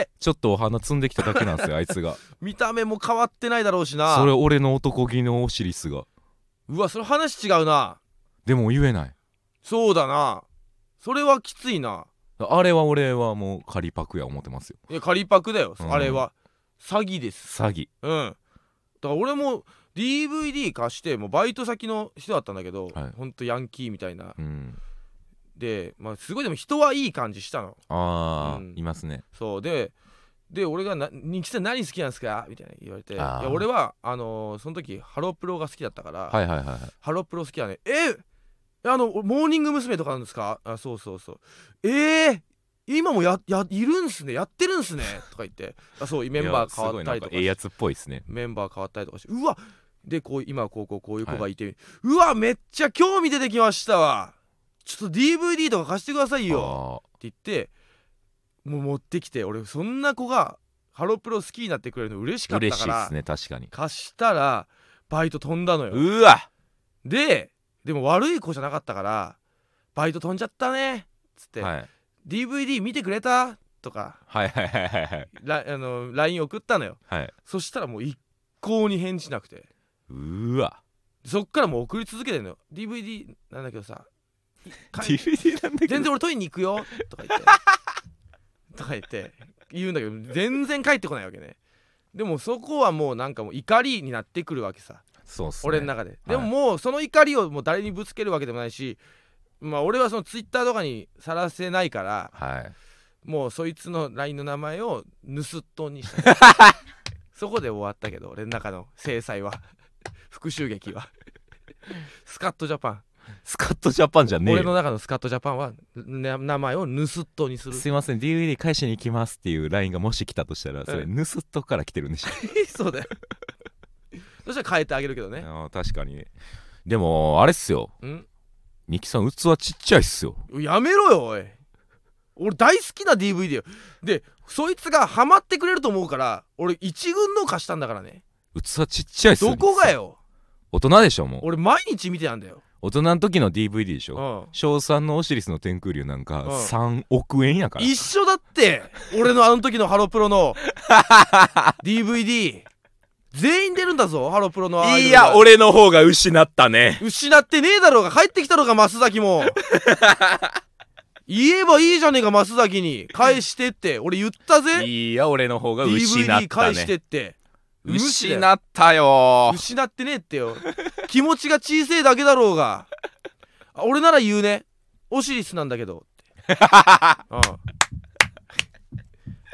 Speaker 2: え
Speaker 1: ちょっとお花摘んできただけなんですよあいつ
Speaker 2: *laughs*
Speaker 1: が
Speaker 2: 見た目も変わってないだろうしな
Speaker 1: それ俺の男気のオシリスが
Speaker 2: うわそれ話違うな
Speaker 1: でも言えない
Speaker 2: そうだなそれはきついな
Speaker 1: あれは俺はもう仮パクや思ってますよ
Speaker 2: いや仮パクだよ、
Speaker 1: うん
Speaker 2: あれは詐欺です
Speaker 1: 詐欺
Speaker 2: うんだから俺も DVD 貸してもうバイト先の人だったんだけど、
Speaker 1: はい
Speaker 2: ほんとヤンキーみたいな
Speaker 1: うん
Speaker 2: で、まあ、すごいでも人はいい感じしたの
Speaker 1: ああ、
Speaker 2: うん
Speaker 1: いますね
Speaker 2: そうでで俺がな「人気さん何好きなんですか?」みたいな言われてい
Speaker 1: あー
Speaker 2: や俺はあのーその時ハロプロが好きだったから、
Speaker 1: はいはいはいはい
Speaker 2: ハロプロ好きだねえあのモーニング娘。とかなんですかあそうそうそうえー、今もややいるんすねやってるんすねとか言ってあそうメンバー変わっ
Speaker 1: いやすごいな
Speaker 2: たりと
Speaker 1: ん
Speaker 2: か
Speaker 1: ええやつっぽいですね
Speaker 2: メンバー変わったりとかしてうわでこう今こうこうこういう子がいて、うわめっちゃ興味出てきましたわちょっと DVD とか貸してくださいよって言ってもう持ってきて俺そんな子がハロプロ好きになってくれるの嬉し
Speaker 1: あー
Speaker 2: かった
Speaker 1: 嬉
Speaker 2: か
Speaker 1: しいで
Speaker 2: ら、
Speaker 1: すね確かに
Speaker 2: 貸したらバイト飛んだのよ
Speaker 1: うわ
Speaker 2: ででも悪い子じゃなかったからバイト飛んじゃったねつって、
Speaker 1: はい
Speaker 2: DVD 見てくれたとか
Speaker 1: はいはいはいはいはい
Speaker 2: ラあの LINE 送ったのよ
Speaker 1: はい
Speaker 2: そしたらもう一向に返事なくて
Speaker 1: うわ
Speaker 2: そっからもう送り続けてんのよ DVD なんだけど
Speaker 1: *laughs*
Speaker 2: さい帰
Speaker 1: DVD なんだけど
Speaker 2: 全然俺取りに行くよとか言って *laughs* とか言って言うんだけど全然帰ってこないわけねでもそこはもうなんかもう怒りになってくるわけさ
Speaker 1: そうっすね
Speaker 2: 俺の
Speaker 1: な
Speaker 2: 中で、でももうその怒りをもう誰にぶつけるわけでもないしまあ俺はそのツイッターとかにさらせないから
Speaker 1: はい
Speaker 2: もうそいつの LINE の名前を盗っ人にした *laughs* そこで終わったけど俺の中の制裁は *laughs* 復讐劇 *laughs* はスカットジャパン
Speaker 1: スカットジャパンじゃねえ
Speaker 2: 俺
Speaker 1: よ
Speaker 2: の中のスカットジャパンはな名前を盗っ人にする
Speaker 1: すいません DVD 返しに行きますっていう LINE がもし来たとしたらそれ
Speaker 2: う
Speaker 1: 盗っ人から来てるんでしょ
Speaker 2: *laughs* そうだよ *laughs* そしたら変えてあげるけどね
Speaker 1: あー確かにでもあれっすよ
Speaker 2: うん
Speaker 1: ニキさん器ちっちゃいっすよ
Speaker 2: やめろよおい俺大好きな DVD よでそいつがハマってくれると思うから俺一軍の貸したんだからね
Speaker 1: 器ちっちゃいっすよ
Speaker 2: どこが
Speaker 1: ニキさん
Speaker 2: よ
Speaker 1: 大人でしょもう
Speaker 2: 俺毎日見てたんだよ
Speaker 1: 大人の時の DVD でし
Speaker 2: う
Speaker 1: ょ
Speaker 2: ん
Speaker 1: 小3のオシリスの天空竜なんか
Speaker 2: うん
Speaker 1: 3億円やから
Speaker 2: 一緒だって俺のあの時のハロプ
Speaker 1: *laughs*
Speaker 2: ロの DVD 全員出るんだぞハロプロのアイドルが
Speaker 1: 俺の方が失ったね
Speaker 2: 失ってねえだろうが帰ってきたのか増崎も
Speaker 1: *laughs*
Speaker 2: 言えばいいじゃねえか増崎に返してって俺言ったぜ
Speaker 1: いいや俺の方が
Speaker 2: DVD 返してって無視だよ
Speaker 1: ったよ
Speaker 2: 失ってねえってよ気持ちが小せえだけだろうがあ俺なら言うねオシリスなんだけ
Speaker 1: *laughs*
Speaker 2: どって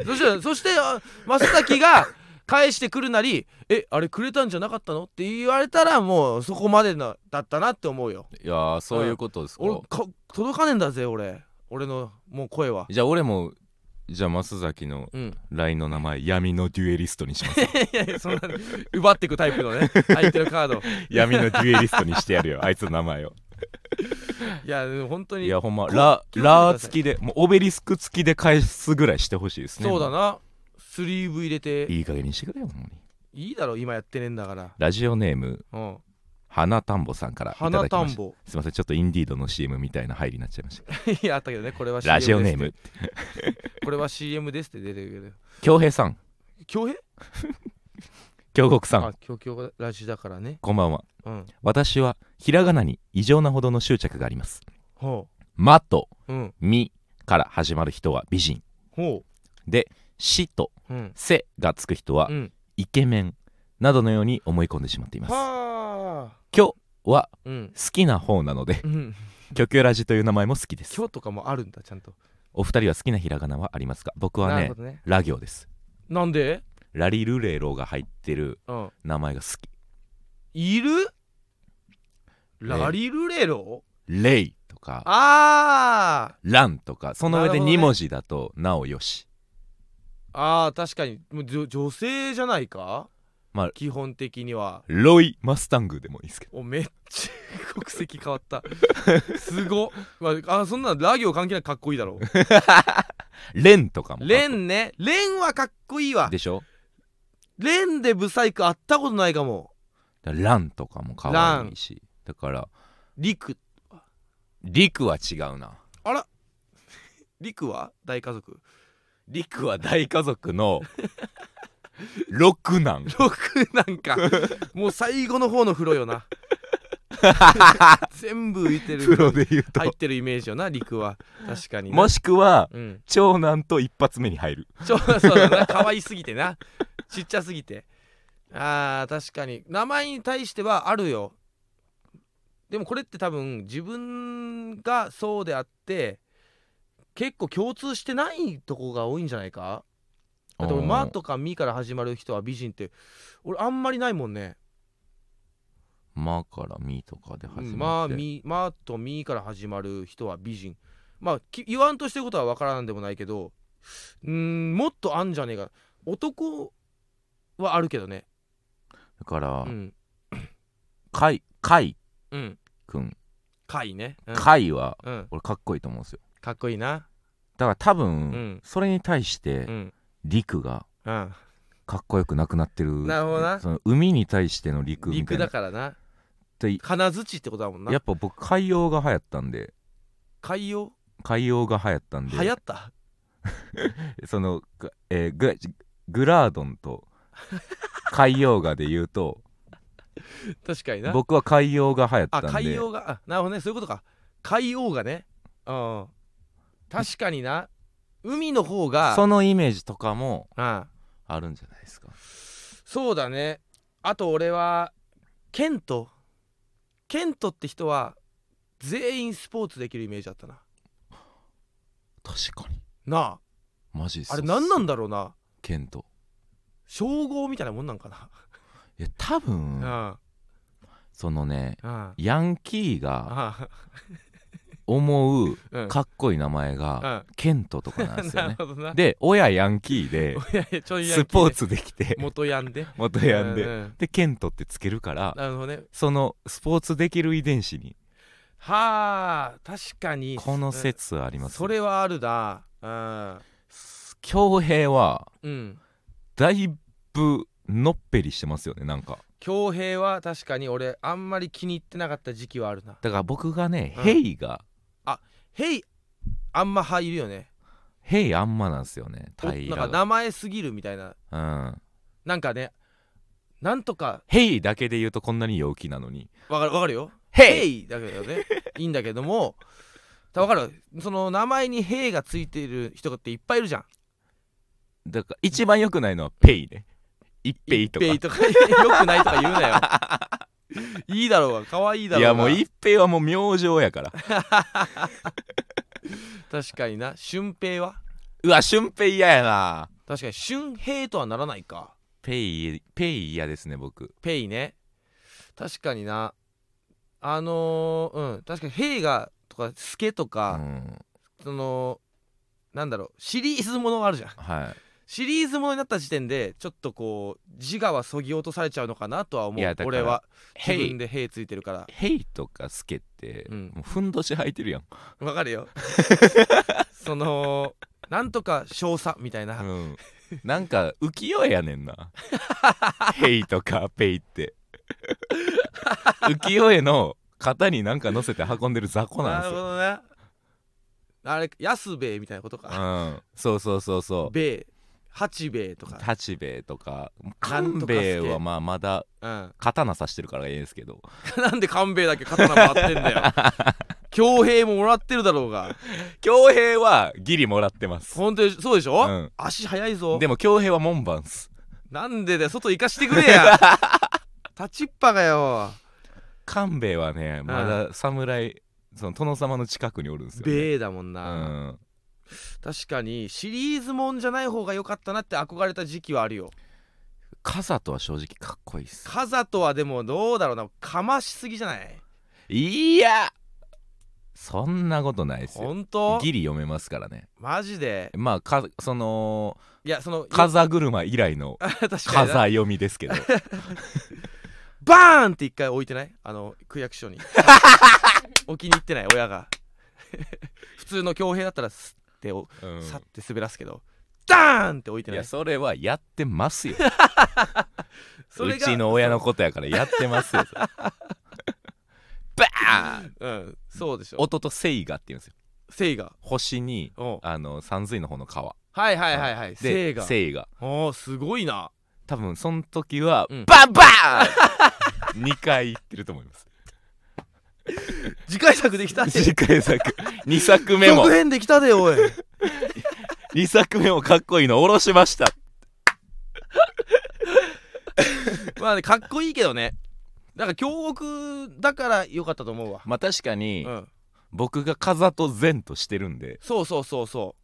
Speaker 2: うんそしてそしてあ増崎が返してくるなり「えあれくれたんじゃなかったの?」って言われたらもうそこまでなだったなって思うよ
Speaker 1: いやーそういうことですか
Speaker 2: 俺か届かねえんだぜ俺俺のもう声は
Speaker 1: じゃあ俺もじゃあ増崎の
Speaker 2: うん
Speaker 1: *laughs* LINE の名前闇のデュエリストにします *laughs*
Speaker 2: いやいやそんな奪ってくタイプのね相手のカード
Speaker 1: 闇のデュエリストにしてやる *laughs* よあいつの名前を
Speaker 2: いやでも本当に
Speaker 1: いやほんま
Speaker 2: こう
Speaker 1: ラ
Speaker 2: 気をつけてください
Speaker 1: ラー付きでもうオベリスク付きで返すぐらいしてほしいですね
Speaker 2: そうだなスリーブ入れて
Speaker 1: いい加減にしてくれよほんまに
Speaker 2: いいだろ今やってねえんだから
Speaker 1: ラジオネーム
Speaker 2: うん
Speaker 1: 花田んぼさんからいただ
Speaker 2: 花
Speaker 1: き
Speaker 2: 田
Speaker 1: ま
Speaker 2: ん
Speaker 1: した
Speaker 2: ぼ
Speaker 1: すいませんちょっとインディードの CM みたいな入りになっちゃいました
Speaker 2: *laughs* いやあったけどねこれは CM
Speaker 1: ラジオネー
Speaker 2: で
Speaker 1: ム
Speaker 2: すってこれは CM ですって出てる
Speaker 1: 京平さん
Speaker 2: けど恭平
Speaker 1: 京極さん
Speaker 2: あ京京がラジだからね
Speaker 1: こんばんは
Speaker 2: うん
Speaker 1: 私はひらがなに異常なほどの執着があります
Speaker 2: ほ
Speaker 1: 「ま」と
Speaker 2: ううん
Speaker 1: 「み」から始まる人は美人
Speaker 2: ほ
Speaker 1: で「し」と
Speaker 2: ううん
Speaker 1: 「せ」がつく人は
Speaker 2: うん
Speaker 1: イケメンなどのように思い込んでしまっています
Speaker 2: はあ
Speaker 1: 今日は
Speaker 2: うん
Speaker 1: 好きな方なので
Speaker 2: *laughs* うん
Speaker 1: 「キョキョラジ」という名前も好きです
Speaker 2: 今日とかもあるんだちゃんと
Speaker 1: お二人は好きなひらがなはありますか僕は
Speaker 2: なる
Speaker 1: ね
Speaker 2: ほどね
Speaker 1: ラ行です
Speaker 2: なんで
Speaker 1: ラリルレロが入ってる
Speaker 2: うん
Speaker 1: 名前が好き
Speaker 2: いるラリルレロ
Speaker 1: レイとか
Speaker 2: あ
Speaker 1: ランとかその上
Speaker 2: な
Speaker 1: で
Speaker 2: るほどね
Speaker 1: 2文字だとなおよし、
Speaker 2: ーあー確かにもうじょ女性じゃないか
Speaker 1: まあ
Speaker 2: 基本的には
Speaker 1: ロイ・マスタングでもいいですけど
Speaker 2: おめっちゃ国籍変わったすごっ、まあ、あそんなラ行関係ないかっこいい
Speaker 1: *laughs*
Speaker 2: だろう
Speaker 1: レンとかも
Speaker 2: レンねレンはかっこいいわ
Speaker 1: でしょ
Speaker 2: レンでブサイクあったことないかも
Speaker 1: だからランとかも可愛いしだから
Speaker 2: リク
Speaker 1: リクは違うな
Speaker 2: あらリクは大家族 *laughs*
Speaker 1: リクは大家族の六男
Speaker 2: 6なん
Speaker 1: *laughs*
Speaker 2: かもう最後の方の風呂よな全部浮いてる
Speaker 1: プロで言うと、
Speaker 2: 入ってるイメージよな陸は確かにな
Speaker 1: もしくは
Speaker 2: うん
Speaker 1: 長男と一発目に入る
Speaker 2: ちょ *laughs* そうだな可愛すぎてなちっちゃすぎてあー確かに名前に対してはあるよでもこれって多分自分がそうであって結構共通してないとこが多いんじゃないかだって俺「ま」とか「み」から始まる人は美人って俺あんまりないもんね
Speaker 1: まからみとかで
Speaker 2: う
Speaker 1: 始
Speaker 2: ん
Speaker 1: まっ
Speaker 2: まあ、
Speaker 1: て、
Speaker 2: み、まあとみから始まる人は美人。まあ、き言わんとしてることはわからんでもないけど、うーん、もっとあんじゃねえか。男はあるけどね。
Speaker 1: だから、
Speaker 2: うん。
Speaker 1: かいかい
Speaker 2: うん。
Speaker 1: くん
Speaker 2: かいね。うん。
Speaker 1: かいは
Speaker 2: うん
Speaker 1: 俺かっこいいと思うんですよ
Speaker 2: かっこいいな。
Speaker 1: だから多分、
Speaker 2: うん
Speaker 1: それに対し
Speaker 2: う
Speaker 1: て
Speaker 2: ん。
Speaker 1: リクが
Speaker 2: うん。
Speaker 1: かっこよくなくなってる
Speaker 2: なるほどな
Speaker 1: その海に対しての陸みた
Speaker 2: 陸
Speaker 1: いな
Speaker 2: だからな。
Speaker 1: で
Speaker 2: 金槌ってことだもんな。
Speaker 1: やっぱ僕海洋が流行ったんで
Speaker 2: 海洋
Speaker 1: 海洋が流行ったんで
Speaker 2: 流行った。 *laughs*
Speaker 1: その、ぐえーググラードンと海洋がで言う
Speaker 2: *laughs*
Speaker 1: と
Speaker 2: 確かにな。
Speaker 1: 僕は海洋が流行った
Speaker 2: あ、
Speaker 1: んで
Speaker 2: 海洋が、あ、なるほどね。そういうことか。海洋がね。うん。確かにな。海の方が、
Speaker 1: そのイメージとかも
Speaker 2: うん。
Speaker 1: あるんじゃないですか
Speaker 2: そうだねあと俺はケントケントって人は全員スポーツできるイメージだったな
Speaker 1: 確かに
Speaker 2: な
Speaker 1: マジっす
Speaker 2: ああれ何なん
Speaker 1: だ
Speaker 2: だろうな
Speaker 1: ケント
Speaker 2: 称号みたいなもんなんかな、
Speaker 1: いや多
Speaker 2: う
Speaker 1: 分、
Speaker 2: ん
Speaker 1: そのね
Speaker 2: うん
Speaker 1: ヤンキーが
Speaker 2: あ
Speaker 1: 思う
Speaker 2: うん
Speaker 1: かっこいい名前が
Speaker 2: うん
Speaker 1: ケントとかなんですよ
Speaker 2: *laughs* なる
Speaker 1: ね
Speaker 2: ほどな
Speaker 1: で親ヤンキー
Speaker 2: *laughs*
Speaker 1: で
Speaker 2: いやいやちょいヤンキーで
Speaker 1: スポーツできて
Speaker 2: 元ヤンで
Speaker 1: 元ヤン
Speaker 2: う
Speaker 1: で
Speaker 2: ん
Speaker 1: でケントってつけるから
Speaker 2: なるほどね
Speaker 1: そのスポーツできる遺伝子に
Speaker 2: はあ確かに
Speaker 1: この説あります
Speaker 2: それはあるなうん
Speaker 1: 恭平は
Speaker 2: うん
Speaker 1: だいぶのっぺりしてますよねなんか
Speaker 2: 恭平は確かに俺あんまり気に入ってなかった時期はあるな
Speaker 1: だから僕がね「
Speaker 2: うん
Speaker 1: ヘイ」が
Speaker 2: ヘイあんま入るよね
Speaker 1: 「ヘイ」あんまなんですよね
Speaker 2: お
Speaker 1: 平
Speaker 2: なん
Speaker 1: が
Speaker 2: か名前すぎるみたいな
Speaker 1: うん
Speaker 2: なんかねなんとか
Speaker 1: 「ヘイ」だけで言うとこんなに陽気なのに
Speaker 2: わかるわかるよ
Speaker 1: 「ヘイ」
Speaker 2: ヘイだけどねいいんだけどもたわかるその名前に「ヘイ」がついてる人っていっぱいいるじゃん
Speaker 1: だから一番良くないのは「ペイ」ね「一ペイ」とか
Speaker 2: 一平とかよくないとか言うなよいいだろうが可愛いだろ
Speaker 1: いう
Speaker 2: が
Speaker 1: やもう一平はもう明星や
Speaker 2: *laughs*
Speaker 1: から
Speaker 2: 確かにな俊平は
Speaker 1: うわ俊平嫌やな
Speaker 2: 確かに俊平とはならないか
Speaker 1: ペイペイ嫌ですね僕
Speaker 2: ペイね確かになあのーうん確かに「ヘイ」がとか「スケ」と
Speaker 1: う
Speaker 2: か、
Speaker 1: ん
Speaker 2: そのなんだろうシリーズものがあるじゃん
Speaker 1: は
Speaker 2: シリーズものになった時点でちょっとこう自我はそぎ落とされちゃうのかなとは思
Speaker 1: いや
Speaker 2: う
Speaker 1: だから
Speaker 2: 俺は
Speaker 1: 「
Speaker 2: い自
Speaker 1: ヘ
Speaker 2: 分
Speaker 1: イ」
Speaker 2: で「へ」ついてるから
Speaker 1: 「ヘイ」とか「スケ」って
Speaker 2: うん
Speaker 1: もうふんどし履いてるやん
Speaker 2: わか
Speaker 1: *laughs*
Speaker 2: るよそのなんとか少佐みたい
Speaker 1: *laughs*
Speaker 2: な、*laughs*
Speaker 1: うん、なんか浮世絵やねんな「ヘイ」とか「ペイ」って浮世絵の型に何か乗せて運んでる雑魚なん
Speaker 2: な
Speaker 1: で
Speaker 2: る
Speaker 1: す
Speaker 2: ほ
Speaker 1: よ、
Speaker 2: どねあれ安兵衛みたいなことか
Speaker 1: うん、そうそうそうそう
Speaker 2: 兵衛八兵衛とか、
Speaker 1: 八兵衛とか
Speaker 2: なんと
Speaker 1: 官
Speaker 2: か助
Speaker 1: 兵衛はまあまだ
Speaker 2: うん、 *laughs*
Speaker 1: 刀刺してるからいいんですけど
Speaker 2: なんで官兵衛だけ刀回ってん
Speaker 1: *laughs*
Speaker 2: だよ強兵ももらってるだろうが
Speaker 1: 恭平はギリもらってます、
Speaker 2: 本当にそうでしょ、
Speaker 1: うん、
Speaker 2: 足速いぞ
Speaker 1: でも恭平は門番っす
Speaker 2: なんでだよ外行かしてくれ
Speaker 1: *laughs*
Speaker 2: や立ちっぱがよ
Speaker 1: 官兵衛はねまだ侍その殿様の近くにおるんですよ、ね
Speaker 2: 米だもん
Speaker 1: う
Speaker 2: な、
Speaker 1: ん、
Speaker 2: 確かにシリーズもんじゃない方が良かったなって憧れた時期はあるよ
Speaker 1: カザとは正直かっこいいっす
Speaker 2: カザとはでもどうだろうなかましすぎじゃない
Speaker 1: いやそんなことないですよ
Speaker 2: 本当
Speaker 1: ギリ読めますからね
Speaker 2: マジで
Speaker 1: まあかその
Speaker 2: いやその
Speaker 1: 風車以来の
Speaker 2: *laughs* 確か
Speaker 1: 風
Speaker 2: にな
Speaker 1: 読みですけ *laughs* ど
Speaker 2: バーンって一回置いてないあの区役
Speaker 1: *laughs*
Speaker 2: 所に置きに行ってない親が *laughs* 普通の強兵だったらスッてお、
Speaker 1: うん
Speaker 2: さって滑らすけどダーンって置いて
Speaker 1: い
Speaker 2: ない
Speaker 1: やそれはやってます *laughs* よ
Speaker 2: そうれが
Speaker 1: ちの親のことやからやってます *laughs* よバーン
Speaker 2: うんそうでしょ
Speaker 1: 弟セイガって言うんですよ
Speaker 2: セイガ
Speaker 1: 星に
Speaker 2: おう
Speaker 1: あの山水の方の川
Speaker 2: はいはいはいはい
Speaker 1: で
Speaker 2: セイガ
Speaker 1: セイガ
Speaker 2: おーすごいな
Speaker 1: 多分その時は、
Speaker 2: うん
Speaker 1: バンバーン2回言ってると思います
Speaker 2: 次回作できた
Speaker 1: *laughs*
Speaker 2: で
Speaker 1: 次回作2作目も
Speaker 2: 続編できたでおい
Speaker 1: 2作目もかっこいいの下ろしました
Speaker 2: *laughs* まあねかっこいいけどねなんか強国だから良かったと思うわ、
Speaker 1: まあ確かに、
Speaker 2: うん、
Speaker 1: 僕が風と善としてるんで
Speaker 2: そうそうそうそ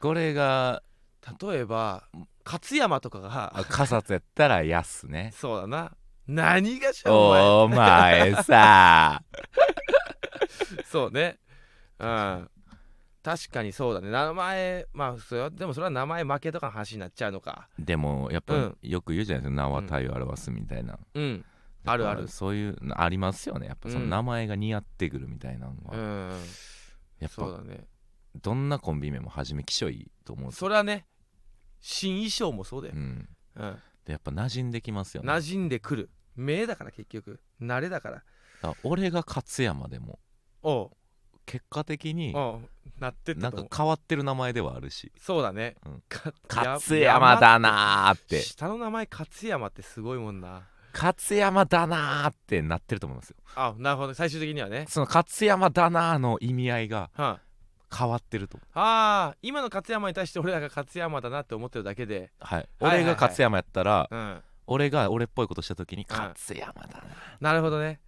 Speaker 1: これが
Speaker 2: う例えば勝山とか
Speaker 1: あ
Speaker 2: が
Speaker 1: 風とやったら安ね
Speaker 2: そうだな何がしゃお
Speaker 1: *laughs*
Speaker 2: 前
Speaker 1: お前さ
Speaker 2: そうねうん確かにそうだね名前まあそれはでもそれは名前負けとかの話になっちゃうのか
Speaker 1: でもやっぱ、
Speaker 2: うん
Speaker 1: よく言うじゃないですか名は体を表すみたいな、
Speaker 2: うんあるある
Speaker 1: そういうのありますよねやっぱその
Speaker 2: うん
Speaker 1: 名前が似合ってくるみたいなの
Speaker 2: う
Speaker 1: は、
Speaker 2: ん
Speaker 1: やっ
Speaker 2: そう
Speaker 1: ぱ
Speaker 2: だね
Speaker 1: どんなコンビ名も初めきしょいいと思うんですよ
Speaker 2: それはね新衣装もそうだよ
Speaker 1: う、ん、
Speaker 2: うん、
Speaker 1: でやっぱ馴染んできますよね
Speaker 2: 馴染んでくる目だから結局慣れだから
Speaker 1: だから俺が勝山でも
Speaker 2: おう
Speaker 1: 結果的に
Speaker 2: おうなってった
Speaker 1: なん
Speaker 2: と思
Speaker 1: か
Speaker 2: う
Speaker 1: 変わってる名前ではあるし
Speaker 2: そうだね、
Speaker 1: うん
Speaker 2: か
Speaker 1: 勝山だなーって
Speaker 2: 下の名前勝山ってすごいもんな
Speaker 1: 勝山だなーってなってると思いますよ
Speaker 2: あなるほど最終的にはね
Speaker 1: その勝山だなーの意味合いが
Speaker 2: は
Speaker 1: 変わってると思う
Speaker 2: ああ今の勝山に対して俺らが勝山だなって思ってるだけで
Speaker 1: はい
Speaker 2: はいはい
Speaker 1: 俺が勝山やったら、
Speaker 2: うん
Speaker 1: 俺が俺っぽいことした時に
Speaker 2: うん
Speaker 1: 勝山だな
Speaker 2: なるほどね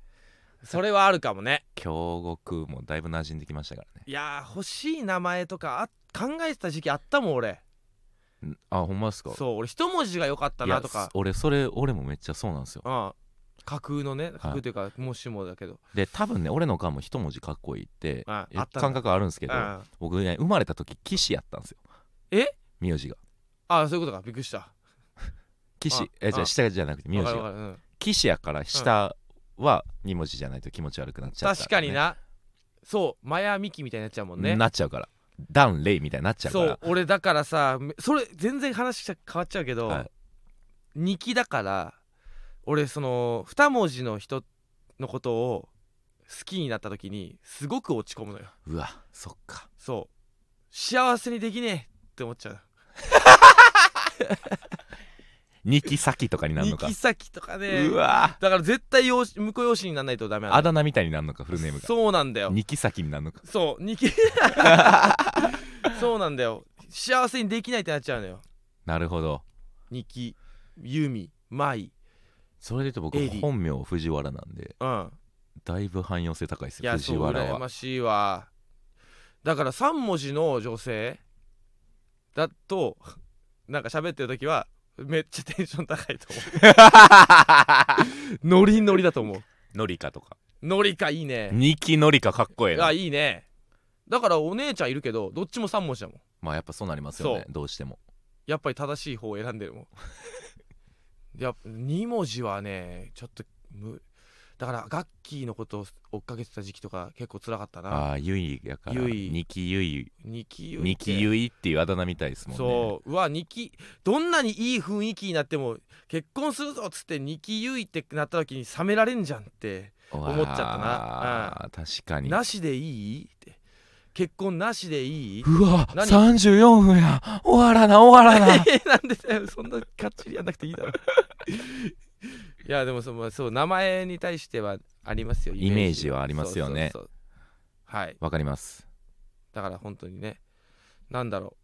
Speaker 2: それはあるかもね
Speaker 1: 京極もだいぶ馴染んできましたから
Speaker 2: いやー欲しい名前とかあ考えてた時期あったもん俺
Speaker 1: ねんあほんまですか
Speaker 2: そう俺一文字が良かった
Speaker 1: い
Speaker 2: な
Speaker 1: や
Speaker 2: とか
Speaker 1: そ俺それ俺もめっちゃそうなんですよ
Speaker 2: うん架空のね架空というか、もしもだけど、
Speaker 1: で多分ね俺の顔も一文字かっこいいって
Speaker 2: うんあ
Speaker 1: え
Speaker 2: った
Speaker 1: 感覚あるんですけど、
Speaker 2: うん、
Speaker 1: 僕ね生まれた時岸やったんですよ
Speaker 2: え
Speaker 1: 名字が
Speaker 2: あそういうことかびっくりした
Speaker 1: 岸
Speaker 2: あ
Speaker 1: えじゃ
Speaker 2: あ
Speaker 1: あ下じゃなくて名字
Speaker 2: わかる
Speaker 1: が
Speaker 2: わかるうん
Speaker 1: 岸やから下は2文字じゃないと気持ち悪くなっちゃう、
Speaker 2: 確かになそうマヤミキみたいになっちゃうもんね
Speaker 1: なっちゃうからダン・レイみたいになっちゃうか
Speaker 2: そ
Speaker 1: ら
Speaker 2: う俺だからさめそれ全然話変わっちゃうけど、
Speaker 1: はい
Speaker 2: 二期だから俺その二文字の人のことを好きになった時にすごく落ち込むのよ
Speaker 1: うわそっか
Speaker 2: そう幸せにできねえって思っちゃう
Speaker 1: 二木先とかになる
Speaker 2: 二
Speaker 1: のか
Speaker 2: 期先とかね
Speaker 1: うわ
Speaker 2: だから絶対養子婿養子にならないとダメな
Speaker 1: あ
Speaker 2: の
Speaker 1: だ名みたいになるのかフルネームが
Speaker 2: そうなんだよ
Speaker 1: 二木先になるのか
Speaker 2: そう *laughs* 二期そうなんだよ幸せにできないってなっちゃうのよ
Speaker 1: なるほど
Speaker 2: ニキユミマイ
Speaker 1: それで言うと僕
Speaker 2: エイリー
Speaker 1: 本名藤原なんで
Speaker 2: うん
Speaker 1: だいぶ汎用性高いです
Speaker 2: い
Speaker 1: よ
Speaker 2: やそう
Speaker 1: 藤原
Speaker 2: 羨
Speaker 1: は
Speaker 2: ましいわだから3文字の女性だとなんか喋ってる時はめっちゃテンション高い
Speaker 1: *laughs*
Speaker 2: と思う *laughs* ノリノリだと思う
Speaker 1: のりかとか
Speaker 2: ノリかいいね
Speaker 1: 二木のりかかっこええな
Speaker 2: あいいねだからお姉ちゃんいるけどどっちも3文字だもん
Speaker 1: まあやっぱそうなりますよねどうしても
Speaker 2: やっぱり正しい方を *laughs* 選んでるもんいや2文字はねちょっとむだからガッキーのことを追っかけてた時期とか結構辛かったな
Speaker 1: ああゆいやから
Speaker 2: ゆい
Speaker 1: ニキユイ
Speaker 2: ニキユイっ
Speaker 1: ニ
Speaker 2: て
Speaker 1: キユイっていうあだ名みたいですもんね
Speaker 2: そううわニキどんなにいい雰囲気になっても結婚するぞっつってニキユイってなった時に冷められんじゃんって
Speaker 1: うわー
Speaker 2: 思っちゃったな
Speaker 1: 確かに
Speaker 2: なしでいいって結婚なしでいい
Speaker 1: うわ
Speaker 2: 何
Speaker 1: 34分や終わらな終わらな
Speaker 2: えなんでだよそんなかっちりやんなくてい *laughs* いだろいやでもそう,、まあ、そう名前に対してはありますよ
Speaker 1: イメージはありますよね
Speaker 2: そうそうそうはい
Speaker 1: わかります
Speaker 2: だから本当にねなんだろ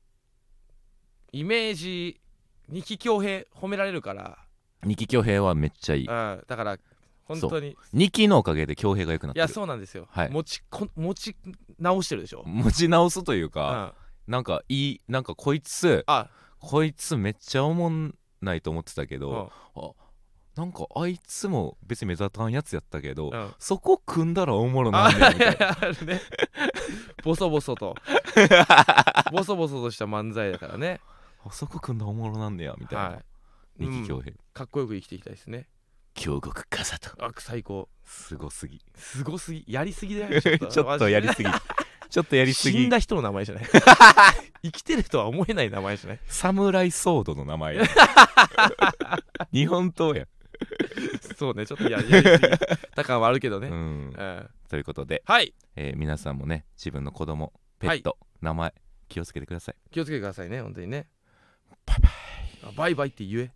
Speaker 2: うイメージに気強平褒められるから、
Speaker 1: ニキ恭平はめっちゃいい
Speaker 2: うん、だから本当に
Speaker 1: ニキのおかげで恭平が良くなっ
Speaker 2: い
Speaker 1: てる
Speaker 2: やそうなんですよ、
Speaker 1: はい
Speaker 2: 持ちこ持ち直してるでしょ、うん、
Speaker 1: 持ち直すというか、
Speaker 2: あ
Speaker 1: なんかいいなんかこいつこいつめっちゃおもんないと思ってたけ
Speaker 2: うん
Speaker 1: ど、あなんかあいつも別に目立たんやつやったけど、
Speaker 2: うん
Speaker 1: そこ組んだらおもろな
Speaker 2: あ
Speaker 1: んねんみたいな
Speaker 2: あるね *laughs* ボソボソ
Speaker 1: *laughs*
Speaker 2: とボソボソとした漫才だからね *laughs*
Speaker 1: あそこ組んだらおもろなんねやみたいな、
Speaker 2: はいう
Speaker 1: 二
Speaker 2: ん
Speaker 1: 木恭平
Speaker 2: かっこよく生きていきたいですね
Speaker 1: 京極かさと
Speaker 2: あ最高
Speaker 1: すごすぎ
Speaker 2: すごすぎやりすぎだよ
Speaker 1: *laughs* ちょっとやり *laughs* すぎちょっとやりす
Speaker 2: 死ん
Speaker 1: ぎ
Speaker 2: だ人の名前
Speaker 1: *laughs*
Speaker 2: じゃない生きてるとは思えない名前じゃない
Speaker 1: サムライソードの名 *laughs* 前や日本刀や、
Speaker 2: そうねちょっとやりやりすぎた感はあるけどね、
Speaker 1: う
Speaker 2: うん
Speaker 1: ん、ということで、
Speaker 2: はい
Speaker 1: えー皆さんもね自分の子供ペット、名前気をつけてください
Speaker 2: 気をつけてくださいね本当にねバイバイバイバイって言え